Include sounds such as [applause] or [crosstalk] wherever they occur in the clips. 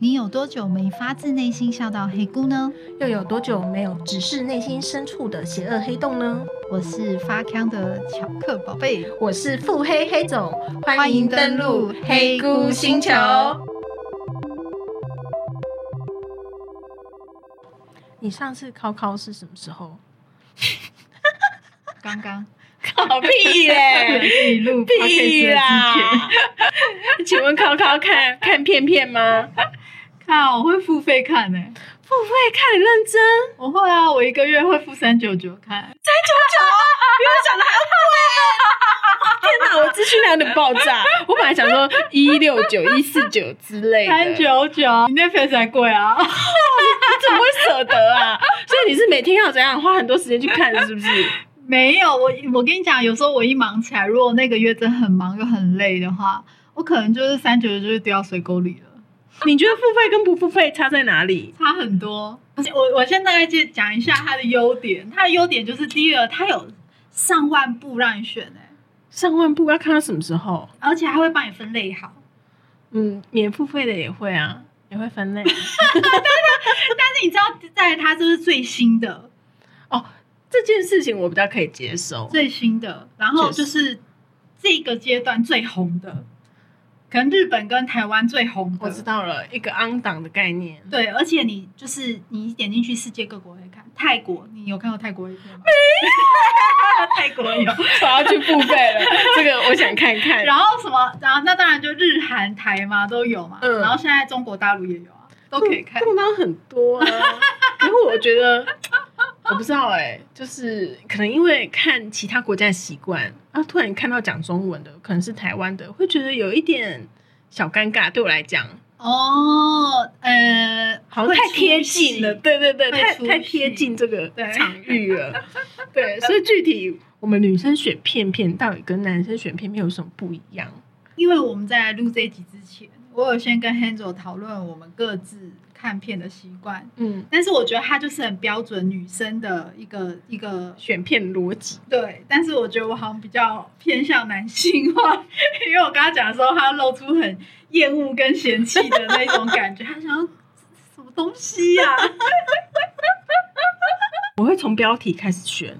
你有多久没发自内心笑到黑姑呢？又有多久没有直视内心深处的邪恶黑洞呢？我是发康的巧克宝贝，我是腹黑黑总，欢迎登录黑菇星球。你上次考考是什么时候？刚刚考哦屁嘞！ [laughs] 一路哎屁啊啦！ [laughs] 请问考考看看片片吗？看我会付费看呢、不会看认真，我会啊，我一个月会付三九九看。比我想的还要贵。天哪，我资讯量有点爆炸。我本来想说一六九、一四九之类的，三九九，你那 face 还贵啊？你怎么会舍得 [laughs] 啊？所以你是每天要怎样花很多时间去看，是不 [laughs] 是？没有，我我跟你讲，有时候我一忙起来，如果那个月真的很忙又很累的话，我可能就是三九九就是丢到水沟里了。你觉得付费跟不付费差在哪里？差很多。我我先大概介讲一下它的优点。它的优点就是第一个，它有上万部让你选哎、上万部要看到什么时候？而且还会帮你分类好。嗯，免付费的也会啊，也会分类 [laughs] 但是你知道，在它这是最新的，哦。这件事情我比较可以接受，最新的，然后就是这个阶段最红的，可能日本跟台湾最红我知的。道了，一个 on 档的概念。对，而且你就是你一点进去，世界各国会看。泰国，你有看过泰国影片吗？没有， [laughs] 泰国有。 [laughs] 我要去付费了，这个我想看看。然后什么？然后那当然就日韩台嘛都有嘛，嗯然后现在中国大陆也有啊，都可以看。动荡很多 [laughs] 啊。可是我觉得，我不知道哎、就是可能因为看其他国家的习惯，啊，突然看到讲中文的，可能是台湾的，会觉得有一点小尴尬。对我来讲，哦，呃，好像太贴近了，会出戏。对对对，会太出太贴戏近这个对场 [laughs] 域了。对，所以具体我们女生选片片到底跟男生选片片有什么不一样？因为我们在录这一集之前，我有先跟 Hazel 讨论我们各自看片的习惯，嗯，但是我觉得他就是很标准女生的一个一个。选片逻辑。对，但是我觉得我好像比较偏向男性化， [laughs] 因为我跟他讲的时候，他露出很厌恶跟嫌弃的那种感觉，他想要什么东西呀、我会从标题开始选，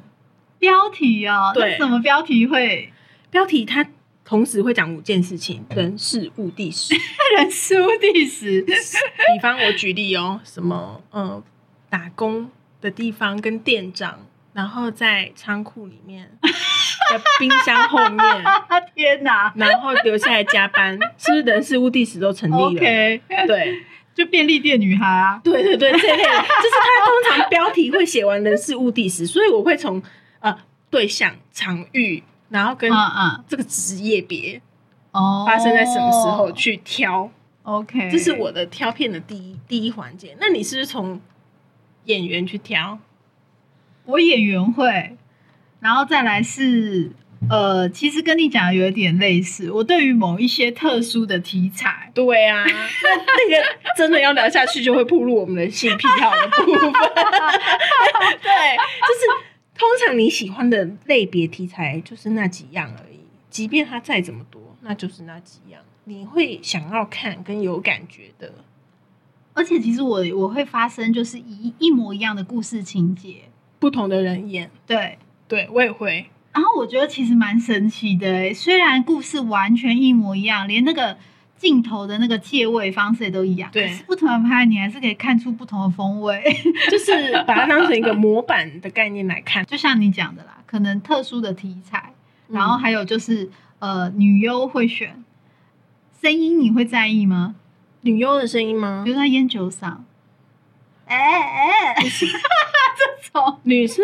标题哦，对那什么标题会？标题它同时会讲五件事情：嗯人、事、物、地、时。人事物第十， [laughs] 比方我举例哦，什么呃，打工的地方跟店长，然后在仓库里面的冰箱后面， [laughs] 啊天哪然后留下来加班，是不是人事物地时都成立了！OK，对就便利店女孩啊，对对对，这类的，就是他通常标题会写完人事物地时，所以我会从呃对象、场域，然后跟嗯，这个职业别哦发生在什么时候去挑。 ？OK，这是我的挑片的第一第一环节。那你是不是从演员去挑？我演员会，然后再来是呃，其实跟你讲的有点类似，我对于某一些特殊的题材，对啊， [laughs] 那那个真的要聊下去，就会暴露我们的性癖好的部分。 [laughs] 对，就是通常你喜欢的类别题材就是那几样而已，即便它再怎么多，那就是那几样。你会想要看跟有感觉的，而且其实我我会发生就是一一模一样的故事情节，不同的人演。对，对我也会，然后我觉得其实蛮神奇的诶，虽然故事完全一模一样，连那个镜头的那个借位方式也都一样，对可是不同的拍你还是可以看出不同的风味。 [laughs] 就是把它当成一个模板的概念来看。就像你讲的啦，可能特殊的题材，嗯然后还有就是呃，女优会选声音，你会在意吗？女优的声音吗比？如她烟酒嗓，哎哎，这种女生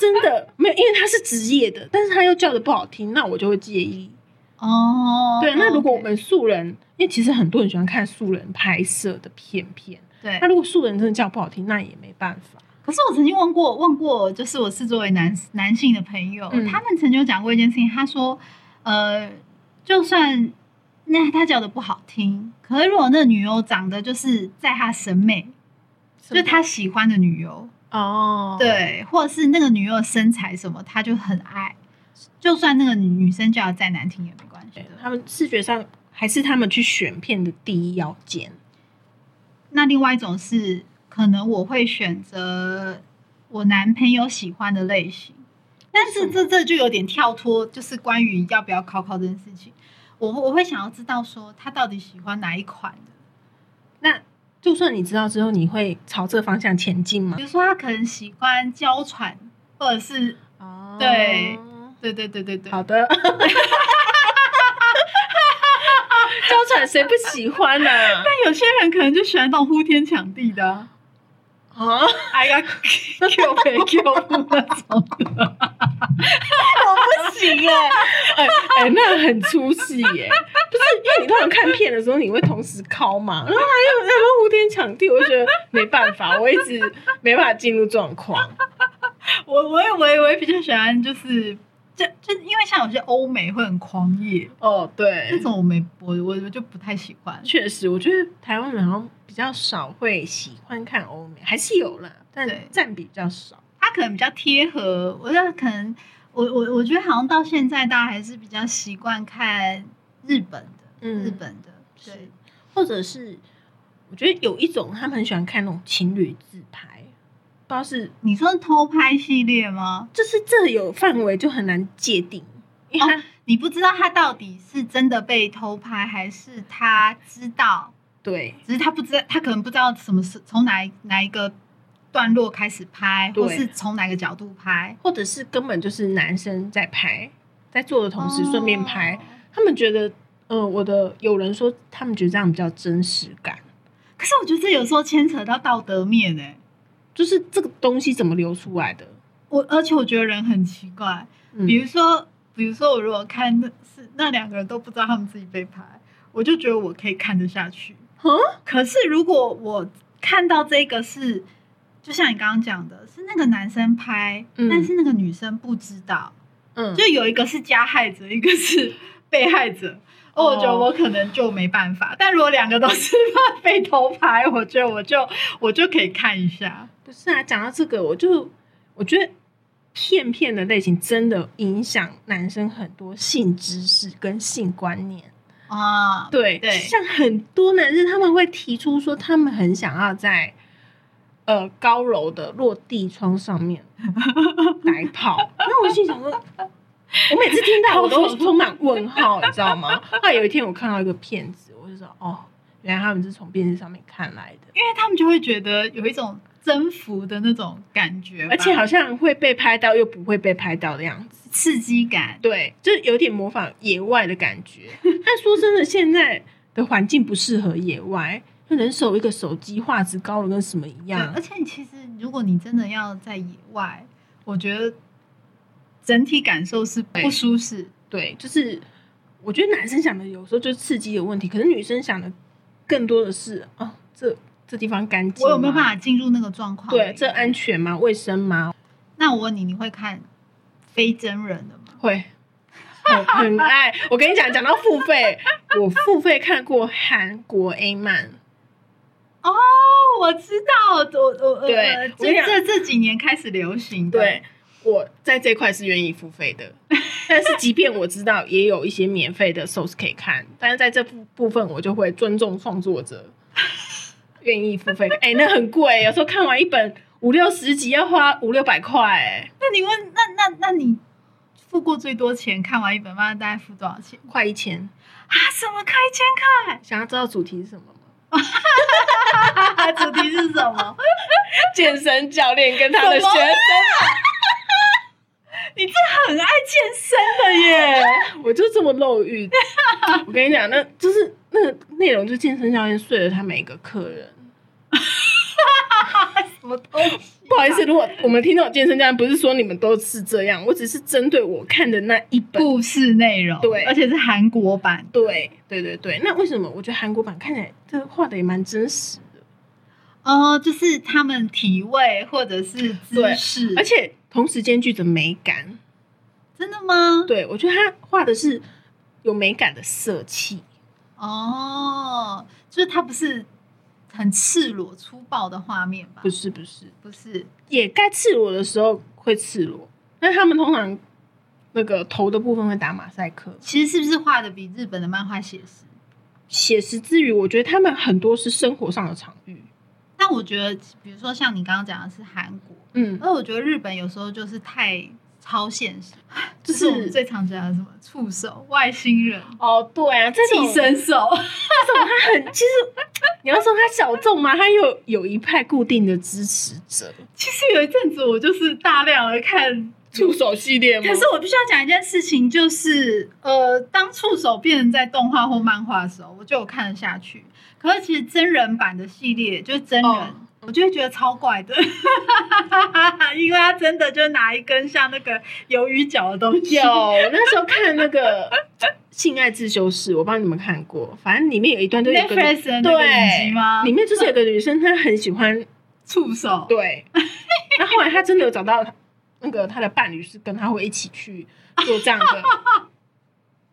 真的没有，因为她是职业的，但是她又叫的不好听，那我就会介意。哦，对，那如果我 OK，们素人，因为其实很多人喜欢看素人拍摄的片片，对那，如果素人真的叫不好听，那也没办法。可是我曾经问过，问过，就是我是作为男男性的朋友，嗯他们曾经有讲过一件事情，他说，呃，就算那他叫的不好听，可是如果那女优长得就是在他审美，就是他喜欢的女优，哦，，对，或者是那个女优的身材什么，他就很爱，就算那个女女生叫的再难听也没关系的。他们视觉上还是他们去选片的第一要件。那另外一种是，可能我会选择我男朋友喜欢的类型，但是这这就有点跳脱，就是关于要不要考考这件事情，我我会想要知道说他到底喜欢哪一款的。那就算你知道之后，你会朝这个方向前进吗比？如说他可能喜欢娇喘，或者是哦对对对对对对，好的。 [laughs] 娇喘谁不喜欢呢、啊？但有些人可能就喜欢那种呼天抢地的啊、啊，哎 [laughs] 呀，Q 陪 [laughs] Q 那种的，不行哎、哎哎，那很出戏欸耶、不是，因为你通常看片的时候，你会同时敲嘛，嗯然后还有那个呼天抢地，我就觉得没办法，我一直没办法进入状况。我我也我也我也比较喜欢就是。就就因为像有些欧美会很狂野，哦，那对，种我没我我我就不太喜欢。确实，我觉得台湾人好像比较少会喜欢看欧美，还是有啦，但对占比比较少。他可能比较贴合，我觉得可能我我我觉得好像到现在大家还是比较习惯看日本的，嗯日本的对是或者是我觉得有一种他们很喜欢看那种情侣自拍，不知道是你说偷拍系列吗？就是这有范围就很难界定，因为他、你不知道他到底是真的被偷拍，还是他知道，对只是他不知道，他可能不知道什么是从哪一哪一个段落开始拍，对或是从哪个角度拍，或者是根本就是男生在拍，在做的同时顺便拍，哦他们觉得，呃，我的有人说他们觉得这样比较真实感，可是我觉得这有时候牵扯到道德面欸呢、就是这个东西怎么流出来的，我而且我觉得人很奇怪，嗯比如说，比如说我如果看那是那两个人都不知道他们自己被拍，我就觉得我可以看得下去。哼可是如果我看到这个是，就像你刚刚讲的，是那个男生拍，嗯但是那个女生不知道，嗯，就有一个是加害者，一个是被害者。哦，哦我觉得我可能就没办法。但如果两个都是被偷拍，我觉得我就我就可以看一下。不是啊，讲到这个，我就我觉得片片的类型真的影响男生很多性知识跟性观念。啊，对对像很多男生他们会提出说，他们很想要在呃高楼的落地窗上 [laughs] 面来跑。 [laughs] 那我心想说，我每次听到我都充满问号，你知道 [laughs] 吗？后来有一天我看到一个片子，我就说哦，原来他们是从电视上面看来的。因为他们就会觉得有一种征服的那种感觉吧，而且好像会被拍到又不会被拍到的样子。刺激感。对，就有点模仿野外的感 [laughs] 觉。但说真的，现在的环境不适合野外，就人手一个手机，画质高的跟什么一对，样而。且其实如果你真的要在野外，我觉得整体感受是不舒适。对，就是我觉得男生想的有时候就是刺激的问题，可是女生想的更多的是啊，这这地方干净，我有没有办法？法进入那个状况？对，这安。全吗？卫生吗？那我问你，你会看非真人的吗？ [laughs] 会。很很爱，我跟你讲，讲到付费，我付费看过韩国 A 漫，哦，我知道，我我对呃我这跟你讲这这几年开始流行的，对，我在这块是愿意付费 [laughs] 的，但是即便我知道也有一些免费的 source 可以看，但是在这部部分我就会尊重创作 [laughs] 者，愿意付费。哎、那很贵，有时候看完一本五六十集要花五六百块、哎，那你问，那那那你付过最多钱看完一本漫，大概付多少钱快一千。啊？什么开千块？ [laughs] 想要知道主题是什么吗？啊主题是什 [laughs] 么？健身教练跟他的学生，你真的很爱健身的耶！我就这么漏欲。我跟你讲，那就是那个内容，就是健身教练睡了他每一个客人。什么东西？啊不好意思，，如果我们听众健身教练不是说你们都是这样，我只是针对我看的那一本。故事内容对而且是韩国版。对对对对，那为什么我觉得韩国版看起来这画的也蛮真实的，哦，就是他们体位或者是姿对势，而且同时兼具着美感。真的吗？对我觉得他画的是有美感的色气，哦，就是它不是很赤裸粗暴的画面吧？不是不是，不是，也该赤裸的时候会赤裸，但他们通常那个头的部分会打马赛克。其实是不是画的比日本的漫画写实？写实之余，我觉得他们很多是生活上的场域，我觉得，比如说像你刚刚讲的是韩国，嗯，而我觉得日本有时候就是太超现实，就是我们最常讲的什么触手、外星人、哦，对啊，这种寄生兽， [laughs] 他 [laughs] 很，其实你要说他小众嘛，他又有一派固定的支持者。其实有一阵子我就是大量的看触手系列吗可是我必须要讲一件事情，就是呃，当触手变成在动画或漫画的时候，我就有看得下去。可是其实真人版的系列就是真人，哦我就会觉得超怪的， [laughs] 因为他真的就拿一根像那个鱿鱼脚的东西，有那时候看那个 [laughs] 《性爱自修室》，我帮你们看过，反正里面有一段就有一个 Netflix 的那个影集对吗里面就是有个女生，她很喜欢触手，对， [laughs] 那后来她真的有找到那个她的伴侣，是跟她会一起去做这样 [laughs] 的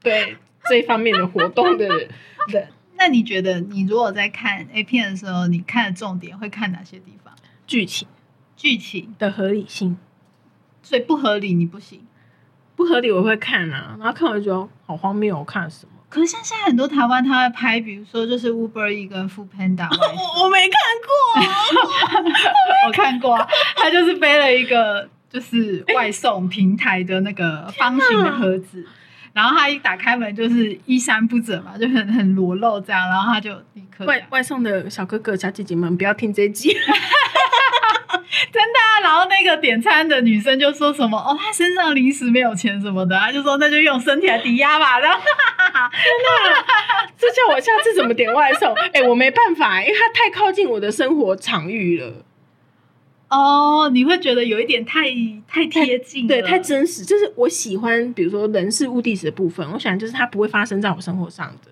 对这一方面的活动的人。那你觉得你如果在看 A 片的时候，你看的重点会看哪些地方？剧情剧情，的合理性所以不合理你不行。不合理，我会看啊，然后看完就觉得好荒谬，我看了什么？可是像现在很多台湾他会拍，比如说就是 Uber E 跟 Food [laughs] Panda，我我没看过，我看过啊，他就是背了一个就是外送平台的那个方形的盒子，然后他一打开门就是衣衫不整嘛，就很很裸露这样，然后他就立刻这外样外送的小哥哥小姐姐们不要听这一集， [laughs] 真的、啊，然后那个点餐的女生就说什么哦，她身上零食没有钱什么的，啊她就说那就用身体来抵押吧，然后 [laughs] 这叫我下次怎么点外送？ [laughs] 哎、我没办法，因为它太靠近我的生活场域了，哦，你会觉得有一点太太贴近了，对，太真实。就是我喜欢，比如说人事物地址的部分，我想就是它不会发生在我生活上的。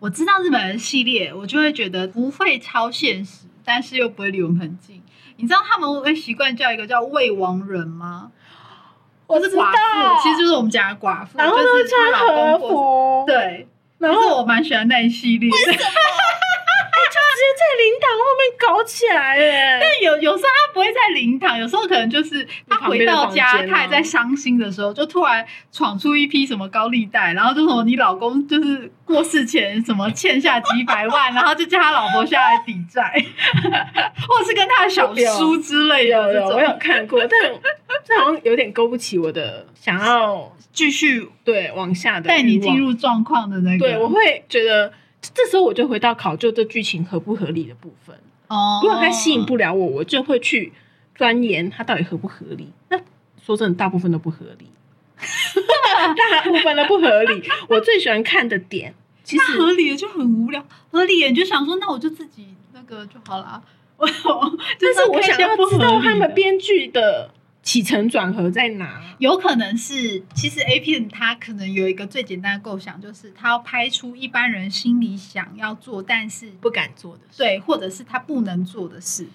我知道日本人系列，我就会觉得不会超现实，但是又不会离我们很近。你知道他们会习惯叫一个叫未亡人吗？我就是寡妇，其实就是我们讲的寡妇，然后就都是她穿老和公过服，世，对。然可是后我蛮喜欢那一系列的，直接在灵堂后面搞起来、哎，但有有时候他不会在灵堂，有时候可能就是他回到旁家，边的房间啊他还在伤心的时候，就突然闯出一批什么高利贷，然后就说你老公就是过世前什么欠下几百万，然后就叫他老婆下来抵债， [laughs] 或者是跟他的小叔之类 [laughs] 有的这有，我有种，看过， [laughs] 但这好像有点勾不起我的想要继续对往下的带你欲望进。入状况的那个。对，我会觉得这时候我就回到考究这剧情合不合理的部分。哦，如果它吸引不了我，我就会去钻研它到底合不合理。那说真的，大部分都不合理， [laughs] 大部分都不合理。我最喜欢看的点，其那实合理的就很无聊，合理的你就想说，那我就自己那个就好了。啊 [laughs] 我就但是我想看一些要不知合道理他的们编剧的起承转合在哪。有可能是，其实 A 片它可能有一个最简单的构想，就是它要拍出一般人心里想要做，但是不敢做的事，对，或者是他不能做的事。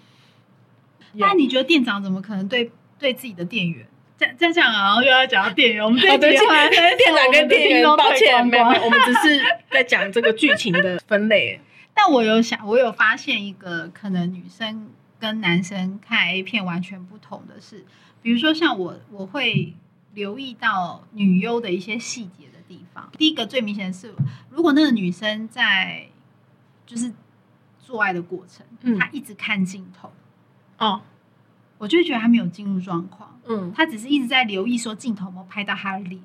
有那你觉得店长怎么可能对对自己的店员？这样这样讲啊，然后又要讲到店员，我们这一哦，集对不起，好像在店把长我跟们的店员听，众抱推歉，光没有，没光有我们只是在讲这个剧情的分类。 [laughs] 但我有想，我有发现一个可能女生跟男生看 A 片完全不同的是，比如说像我，我会留意到女优的一些细节的地方。第一个最明显的是，如果那个女生在就是做爱的过程，嗯她一直看镜头，哦，我就会觉得她没有进入状况。嗯，她只是一直在留意说镜头有没有拍到她的脸，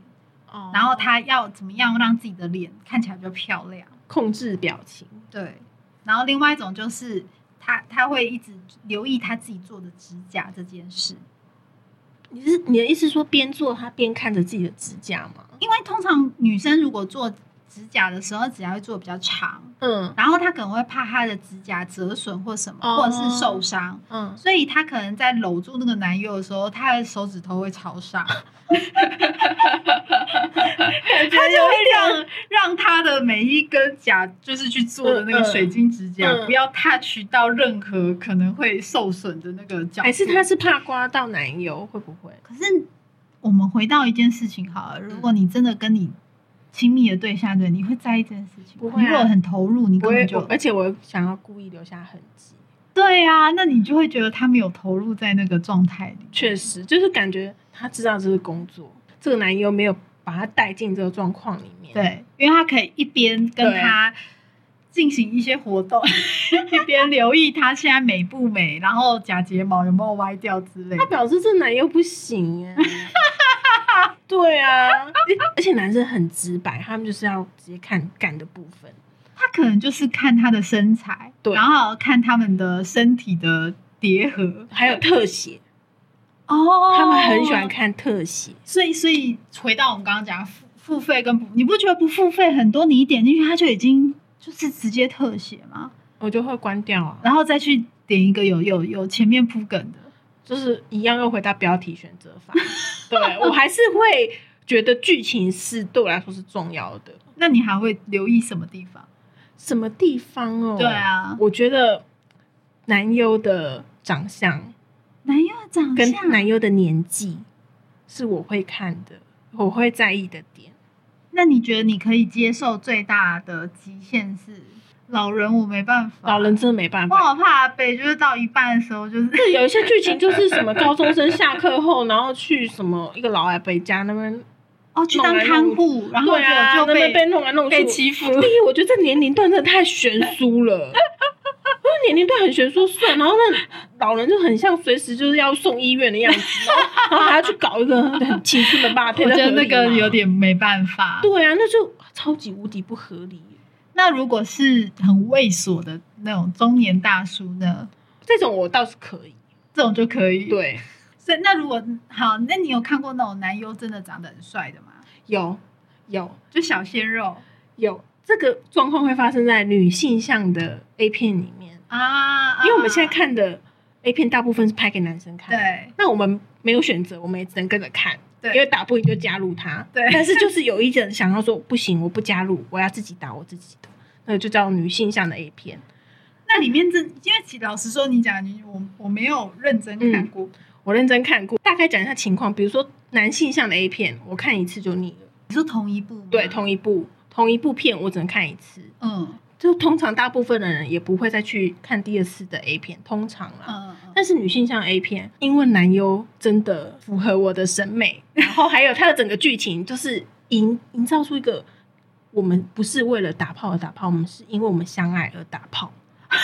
哦然后她要怎么样让自己的脸看起来比较漂亮。控制表情，对，然后另外一种就是他他会一直留意他自己做的指甲这件事，你是你的意思说边做他边看着自己的指甲吗？因为通常女生如果做指甲的时候，指甲会做得比较长，嗯然后她可能会怕她的指甲折损或什么，哦或者是受伤。嗯，所以她可能在搂住那个男友的时候，她的手指头会朝上， [laughs] 感她就会让让她的每一根甲，就是去做的那嗯个嗯水晶指甲，嗯不要 touch 到任何可能会受损的那个角度。还是他是怕刮到奶油，会不会？可是我们回到一件事情好了，如果你真的跟你亲密的对象对，你会在意这件事情吗？不会啊你如果很投入，你我根也本就我而且我想要故意留下痕迹，对啊，那你就会觉得他没有投入在那个状态里。确实就是感觉他知道这是工作，这个男优没有把他带进这个状况里面。，对，因为他可以一边跟对他进行一些活动， [laughs] 一边留意他现在美不美，然后假睫毛有没有歪掉之类他的。表示这男优不 [laughs] 行耶。对啊，而且男生很直白，他们就是要直接看干的部分。他可能就是看他的身材，对然后看他们的身体的叠合。还有特写，哦他们很喜欢，看特写。所以所以回到我们刚刚讲的付付费跟不，你不觉得不付费很多，你一点进去他就已经就是直接特写吗？我就会关掉啊，然后再去点一个有有有前面铺梗的。就是一样又回到标题选择法。 [laughs] 对我还是会觉得剧情是对我来说是重要的。那你还会留意什么地方？什么地方哦？对，啊，我觉得男优的长相男优的长跟相，男优的年纪是我会看的，我会在意的点。那你觉得你可以接受最大的极限是老人？我没办法，老人真的没办我法。好怕被，就是到一半的时候就是 [laughs] 有一些剧情就是什么高中生下课后，然后去什么一个老阿伯家那边，哦去当看护，然后对啊，就就那被边被弄来弄去被。欺 [laughs] 负。第一，我觉得这年龄段真的太悬殊了， [laughs] 那年龄段很悬殊算，然后那老人就很像随时就是要送医院的样子，然后然后还要去搞一个很青春的霸 [laughs] 天，我觉得合那理吗个有点没办法。对啊，那就超级无敌不合理。那如果是很猥琐的那种中年大叔呢？这种我倒是可以，这种就可以。， [laughs] 对，所以那如果好，那你有看过那种男优真的长得很帅的吗？有有就小鲜肉有，这个状况会发生在女性向的 A 片里面，啊，因为我们现在看的 A 片大部分是拍给男生看，，对那我们没有选择，我们也只能跟着看。对，因为打不赢就加入他。对但是就是有一点想要说不行，我不加入，我要自己打我自己的，那就叫女性向的 A 片。那里面真，因为其实老实说，你讲你我我没有认真嗯看过，我认真看过，大概讲一下情况。比如说男性向的 A 片，我看一次就腻了。你说同一部吗对，同一部同一部片，我只能看一次。嗯就通常大部分的人也不会再去看第二次的 A 片，通常啦。嗯嗯，但是女性向 A 片，因为男优真的符合我的审美，然后还有它的整个剧情，就是营营造出一个我们不是为了打炮而打炮，我们是因为我们相爱而打炮。 [laughs]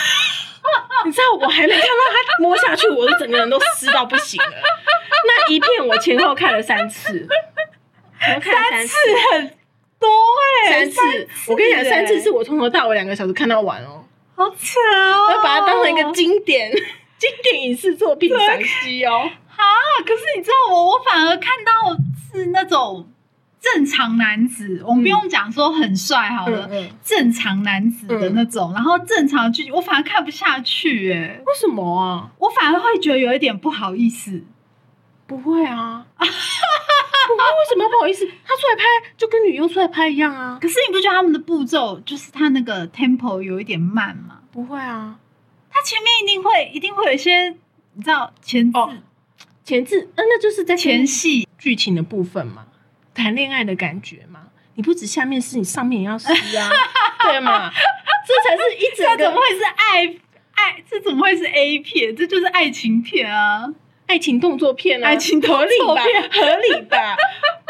你知道我还没看到他摸下去，我的整个人都湿到不行了。那一片我前后看了三次，我看了三次，很多哎、三次。我跟你讲，欸三次是我从头到尾两个小时看到完哦，好扯哦，我要把它当成一个经典 [laughs] 经典影视作品赏析哦。啊！可是你知道我，我反而看到是那种正常男子，我们不用讲说很帅好了。嗯。正常男子的那种，然后正常的剧情，我反而看不下去、哎，为什么啊？我反而会觉得有一点不好意思。不会啊，不会，为什么不好意思？他出来拍就跟女优出来拍一样啊，可是你不觉得他们的步骤，就是他那个 tempo 有一点慢吗？不会啊。他前面一定会一定会有一些，你知道前置、哦前置，嗯，那就是在前前戏，剧情的部分嘛，谈恋爱的感觉嘛。你不止下面是你上面也要湿啊，对嘛？这才是一 [laughs] 这整怎么个会是爱爱？这怎么会是 A 片？这就是爱情片啊！爱情动作片啊，爱情动合理作吧？片合理 [laughs] 吧？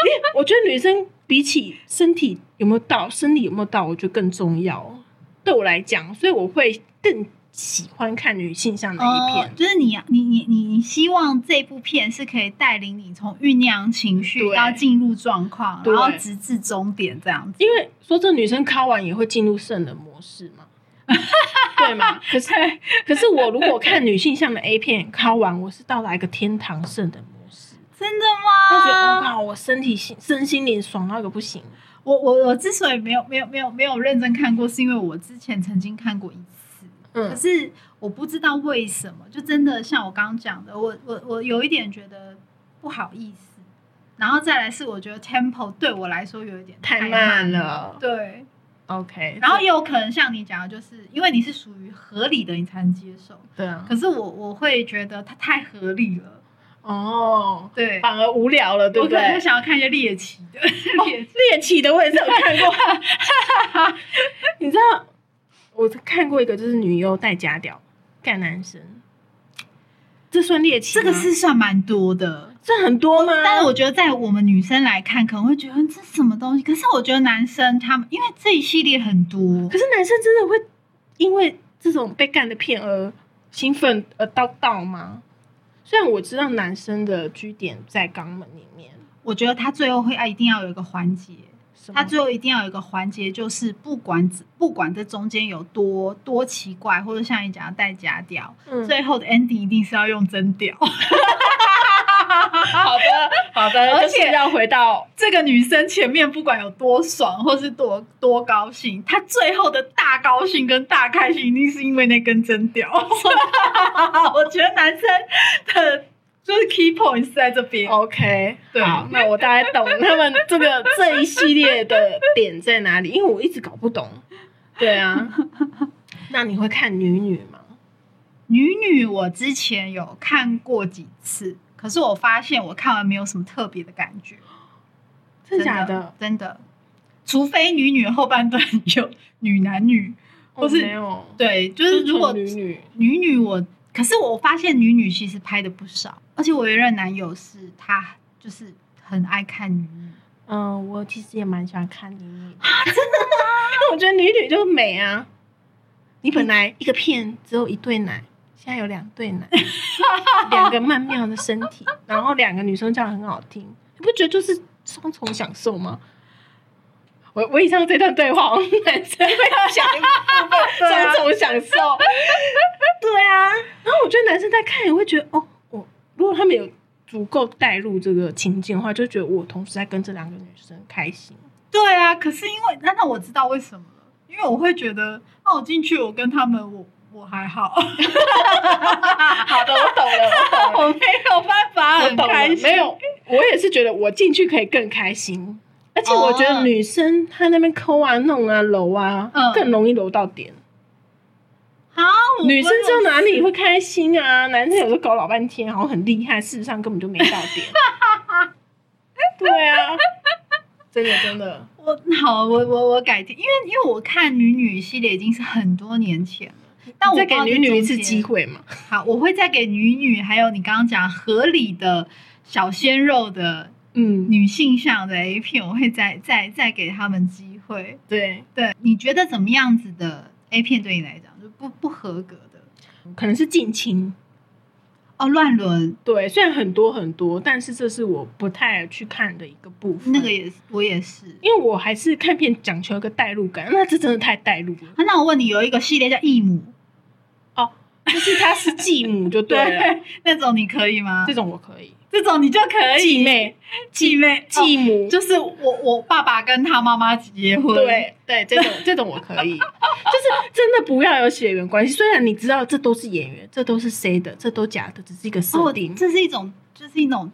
因为我觉得女生比起身体有没有到，生理有没有到，我觉得更重要。对我来讲，所以我会更喜欢看女性向的一片。哦就是你你你你你希望这部片是可以带领你从酝酿情绪对到进入状况，对然后直至终点这样子。因为说这女生敲完也会进入圣人模式 [laughs] 嘛，对吗？可是可是我如果看女性向的 A 片敲完，我是到达一个天堂圣人模式，真的她觉得哦我吗？靠，我身体心身心灵爽到一个不行。我我我之所以没有没有没有没有认真看过，是因为我之前曾经看过一次，可嗯是我不知道为什么，就真的像我刚刚讲的，我我我有一点觉得不好意思，然后再来是我觉得 tempo 对我来说有一点太慢慢了对， ，OK，然后也有可能像你讲的，就是因为你是属于合理的，你才能接受。对啊，可是我我会觉得它太合理了，哦，对，反而无聊了，对我不可对？哦能会想要看一些猎奇的，猎奇猎奇的我也是有看过， [laughs] 你知道我看过一个就是女优带假屌干男生，这算猎奇这吗？个是算蛮多的。这很多吗？嗯但是我觉得，在我们女生来看，可能会觉得这是什么东西。可是我觉得男生他们，因为这一系列很多，可是男生真的会因为这种被干的片而兴奋而到到吗？虽然我知道男生的居点在肛门里面，我觉得他最后会爱，一定要有一个环节，什么他最后一定要有一个环节，就是不管不管这中间有多多奇怪，或者像你讲的戴假屌，嗯最后的 ending 一定是要用真屌。 [laughs] [laughs] 好的好的，而就且是要回到这个女生前面不管有多爽，或是多多高兴，她最后的大高兴跟大开心，一定是因为那根针屌。 [laughs] 我觉得男生的就是 key point 是在这边。 OK，对好，那我大概懂他们这个这一系列的点在哪里，因为我一直搞不懂。对啊，那你会看女女吗？女女，我之前有看过几次，可是我发现我看完没有什么特别的感觉，真的假真的的？？真的除非女女后半段有女男女，我或是哦没有，对，就就是如果纯女女女女我，可是我发现女女其实拍的不少，而且我有一任男友是他就是很爱看女 [laughs] 女，嗯，我其实也蛮喜欢看女女啊，真的吗？因为 [laughs] 我觉得女女就美啊。你本来一个片只有一对奶，现在有两对 [laughs] 奶，两个曼妙的身体，然后两个女生叫得很好听，你不觉得就是双重享受吗？我我以上这段对话，我们男生 [laughs] 会想一部分对啊双重享受，对啊。然后我觉得男生在看也会觉得，哦，我如果他们有足够带入这个情境的话，就觉得我同时在跟这两个女生开心。 [laughs] 对啊，可是因为那那我知道为什么了，因为我会觉得哦，我进去我跟他们我我还好， [laughs] 好的，我懂了，我没有办 [laughs] 法我很懂开了。心，没有，我也是觉得我进去可以更开心，而且我觉得哦女生她那边抠啊、弄啊、揉啊，嗯更容易揉到点。啊，我女不生会知道哪里会开心啊，男生有时候搞老半天，好像很厉害，事实上根本就没到 [laughs] 点。对啊，真的真的，我好，我我我改天，因为因为我看女女系列已经是很多年前了，但我再给不知道女这女一中次间机会嘛。好，我会再给女女，还有你刚刚讲合理的小鲜肉的嗯，女性向的 A 片，我会再再再给他们机会。对，对，你觉得怎么样子的 A 片对你来讲就不不合格的？可能是近亲。哦，乱伦对，虽然很多很多，但是这是我不太去看的一个部分。那个，也是，我也是。因为我还是看片讲求一个代入感，那这真的太代入了。啊那我问你，有一个系列叫异母，就是她是继母就 [laughs] 对啊了，那种你可以吗？这种我可以。这种你就可以，继妹、继妹、哦继母，就是我我爸爸跟他妈妈结婚，对对，这种这种我可以，就是真的不要有血缘关系。虽然你知道这都是演员，这都是谁的，这都假的，只是一个设哦，定。这是一种，就是一种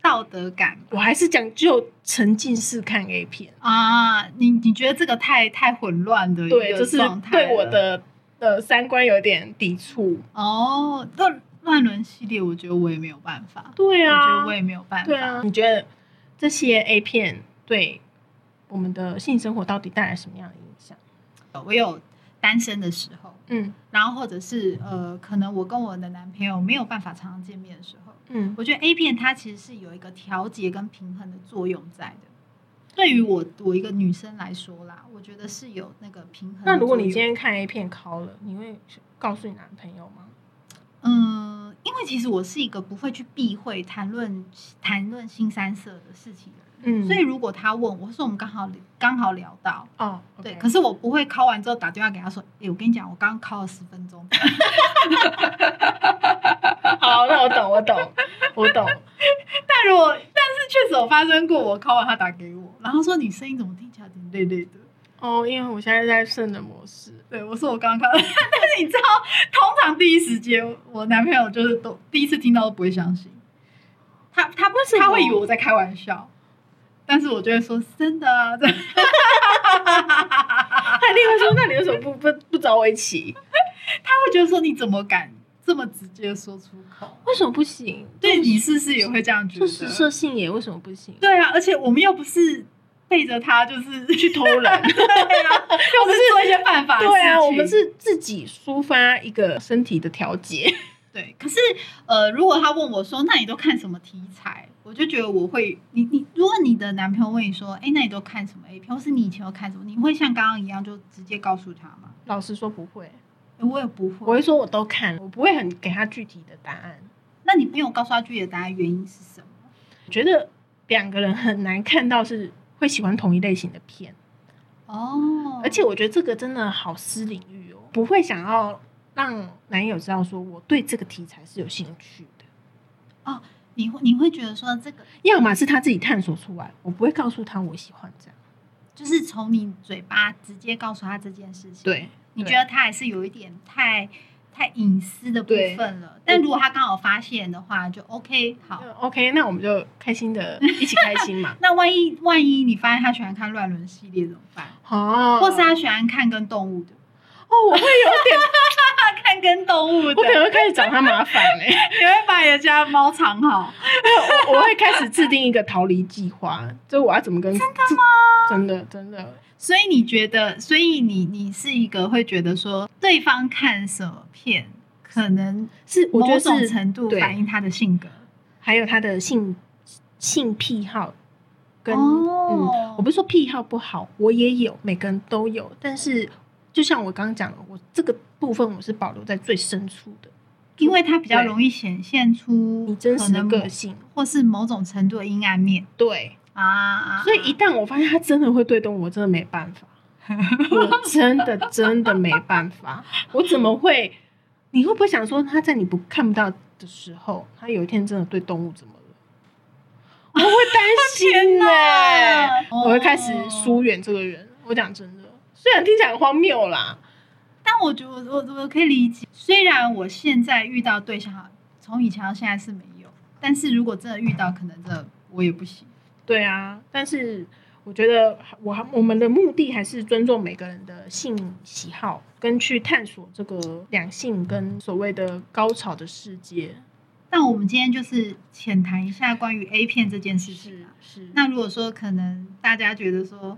道德感我还是讲究沉浸式看 A 片，啊。你你觉得这个太太混乱的一对，就个是状态了，对我的呃三观有点抵触。哦，乱乱伦系列，我觉得我也没有办法，对我觉啊得我，也没有办法。对啊，你觉得这些 A 片对我们的性生活到底带来什么样的影响？我有单身的时候，嗯然后或者是呃，可能我跟我的男朋友没有办法常常见面的时候，嗯，我觉得 A 片它其实是有一个调节跟平衡的作用在的。对于我我一个女生来说啦，我觉得是有那个平衡的作用。那如果你今天看 A 片考了，你会告诉你男朋友吗？嗯，因为其实我是一个不会去避讳谈论谈论新三色的事情的人，嗯所以如果他问我，或是我们刚好刚好聊到，哦对， ，OK 可是我不会敲完之后打电话给他说，哎、我跟你讲，我刚刚敲了十分钟， [laughs] 好，那我懂，我懂，我懂。但如果但是确实有发生过，我敲完他打给我，然后说你声音怎么听起来有点累累的。哦，因为我现在在圣人模式，对，我说我刚 [laughs] 刚看，但是你知道，通常第一时间，我男朋友就是都第一次听到都不会相信，他他不是么他会以为我在开玩笑，但是我就会说真的啊，这 [laughs] 样他一定会说：“那你为什么不不不找我一起？他会觉得说你怎么敢这么直接说出口？为什么不行？对你是不是也会这样觉得？就是射性也为什么不行？对啊，而且我们又不是背着他，就是 [laughs] 去偷懒，对啊， [laughs] 又不是做一些犯法的事情。对啊，我们是自己抒发一个身体的调节。对。可是呃，如果他问我说，那你都看什么题材？我就觉得我会，你你，如果你的男朋友问你说，哎、那你都看什么 A 片，或是你以前都看什么，你会像刚刚一样就直接告诉他吗？老实说不会，诶我也不会。我会说我都看，我不会很给他具体的答案。那你没有告诉他具体的答案，原因是什么？我觉得两个人很难看到是会喜欢同一类型的片，哦，而且我觉得这个真的好私领域哦，不会想要让男友知道说我对这个题材是有兴趣的，你会你会觉得说这个要么是他自己探索出来，我不会告诉他我喜欢这样。就是从你嘴巴直接告诉他这件事情，，对，你对觉得他还是有一点太太隐私的部对分了。但如果他刚好发现的话，就 OK 好。嗯 OK，那我们就开心的一起开 [laughs] 心嘛。那万一万一你发现他喜欢看乱伦系列怎么办？哦，或是他喜欢看跟动物的，哦，我会有点，他看跟动物我可的，能会开始找他麻烦哎、 [laughs] 你会把你的家的猫藏好？我我会开始制定一个逃离计划，就我要怎么跟真的吗？真的嗯真的，所以你觉得，所以你你是一个会觉得说对方看什么片，可能是我觉某得种是程度对反映他的性格。还有他的性性癖好跟、嗯，哦我不是说癖好不好，我也有，每个人都有，但是就像我刚刚讲的，我这个部分我是保留在最深处的，因为它比较对容易显现出你真可实的能个性。或是某种程度的阴暗面对，啊啊。啊所以一旦我发现他真的会对动我，我真的没 [laughs] 办法，我真的真的没办法，我怎么会？你会不会想说，他在你不看不到的时候，他有一天真的对动物怎么了？我会担 [laughs] 心呢、啊我会开始疏哦远这个人。我讲真的，虽然听起来很荒谬啦，但我觉得我我我可以理解，虽然我现在遇到对象，从以前到现在是没有，但是如果真的遇到，可能真的我也不行。对啊，但是我觉得我还我们的目的还是尊重每个人的性喜好，跟去探索这个两性跟所谓的高潮的世界。那我们今天就是浅谈一下关于 A 片这件事情啊。是那那如果说可能大家觉得说， [laughs]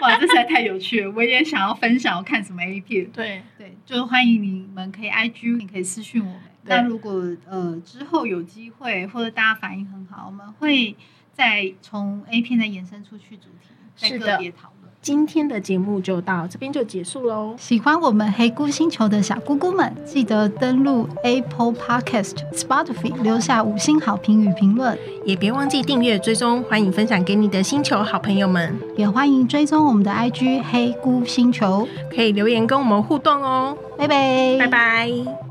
哇，这实在太有趣了，我也想要分享我看什么 A 片，对对，就欢迎你们可以 IG，你可以私讯我们。对那如果呃之后有机会或者大家反应很好，我们会再从 A 片再延伸出去主题，再是个的别讨论。今天的节目就到这边就结束喽。喜欢我们黑菇星球的小姑姑们，记得登录 Apple Podcast、Spotify 留下五星好评与评论，也别忘记订阅、追踪，欢迎分享给你的星球好朋友们，也欢迎追踪我们的 IG 黑菇星球。可以留言跟我们互动哦。拜拜，拜。拜。